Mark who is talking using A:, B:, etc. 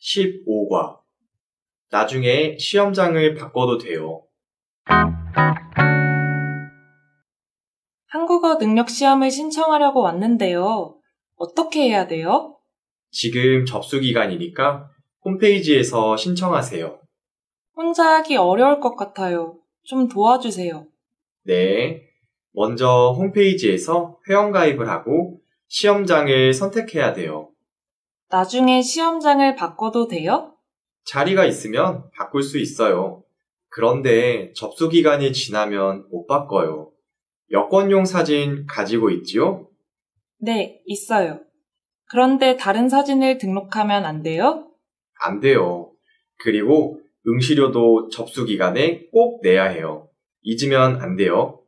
A: 15과 나중에 시험장을 바꿔도 돼요.
B: 한국어 능력 시험을 신청하려고 왔는데요. 어떻게 해야 돼요?
A: 지금 접수 기간이니까 홈페이지에서 신청하세요.
B: 혼자 하기 어려울 것 같아요. 좀 도와주세요.
A: 네. 먼저 홈페이지에서 회원가입을 하고 시험장을 선택해야 돼요.
B: 나중에 시험장을 바꿔도 돼요?
A: 자리가 있으면 바꿀 수 있어요. 그런데 접수 기간이 지나면 못 바꿔요. 여권용 사진 가지고 있지요?
B: 네, 있어요. 그런데 다른 사진을 등록하면 안 돼요?
A: 안 돼요. 그리고 응시료도 접수 기간에 꼭 내야 해요. 잊으면 안 돼요.